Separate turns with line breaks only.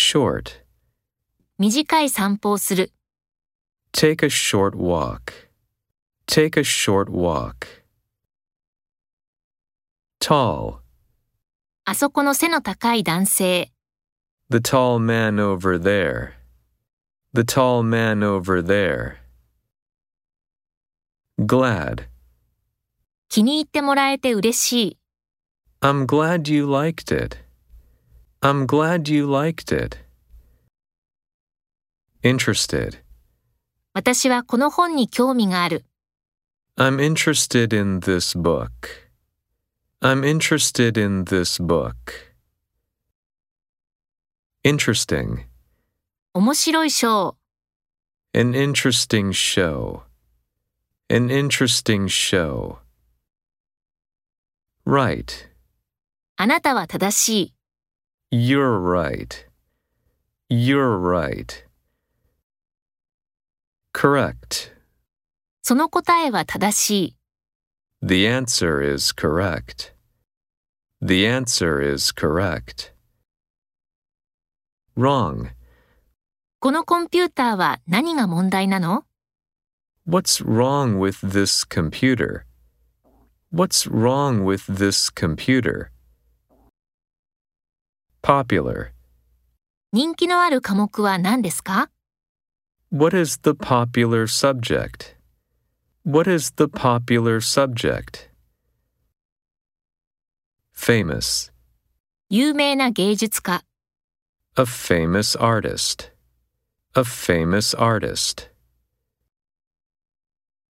short.
短い散歩をする。
Take a short walk. Take a short walk. Tall.
あそこの背の高い男性。
The tall man over there. The tall man over there. Glad.
気に入ってもらえて嬉しい。
I'm glad you liked it. I'm glad you liked it. Interested.
私はこの本に興味がある。
I'm interested in this book. I'm interested in this book. Interesting.
面白いショー。
An interesting show. An interesting show. Right.
あなたは正しい。
You're right. You're right. Correct.
その答えは正しい。
The answer is correct. The answer is correct. Wrong.
このコンピューターは何が問題なの
What's wrong with this computer? What's wrong with this computer? Popular.
人気のある科目は何ですか
What is the popular subject? What is the popular subject? Famous.
有名な芸術家。
A famous artist. A famous artist.